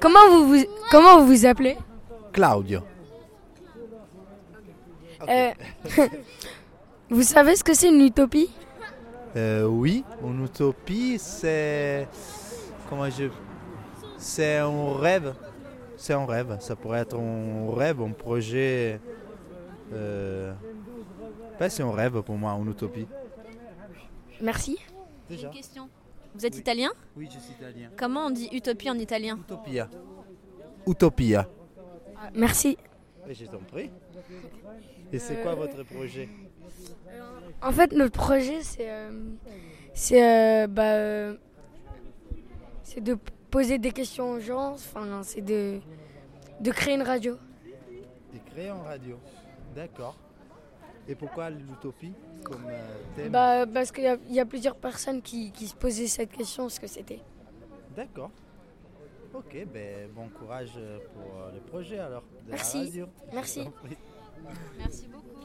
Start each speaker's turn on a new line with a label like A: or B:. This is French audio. A: Comment vous vous, comment vous, vous appelez
B: Claudio.
A: Euh, vous savez ce que c'est une utopie
B: Euh, oui, une utopie, c'est. Comment je. C'est un rêve. C'est un rêve. Ça pourrait être un rêve, un projet. Euh... ouais, c'est un rêve pour moi, une utopie.
A: Merci.
C: J'ai une question. Vous êtes italien
B: Oui, je suis italien.
C: Comment on dit utopie en italien
B: Utopia. Utopia.
A: Merci.
B: Et Eh, je t'en prie. Et c'est quoi votre projet
A: En fait, notre projet, c'est. euh, c'est. euh, bah, euh, c'est de poser des questions aux gens, enfin, c'est de. de créer une radio.
B: De créer en radio. D'accord. Et pourquoi l'utopie comme euh, thème
A: Bah, parce qu'il y a- il y, a plusieurs personnes qui, qui se posaient cette question, ce que c'était.
B: D'accord. Ok, ben, bon courage euh, pour euh, le projet alors. de la
A: Merci.
B: radio. Je
A: Merci.
B: t'en prie.
C: Merci beaucoup.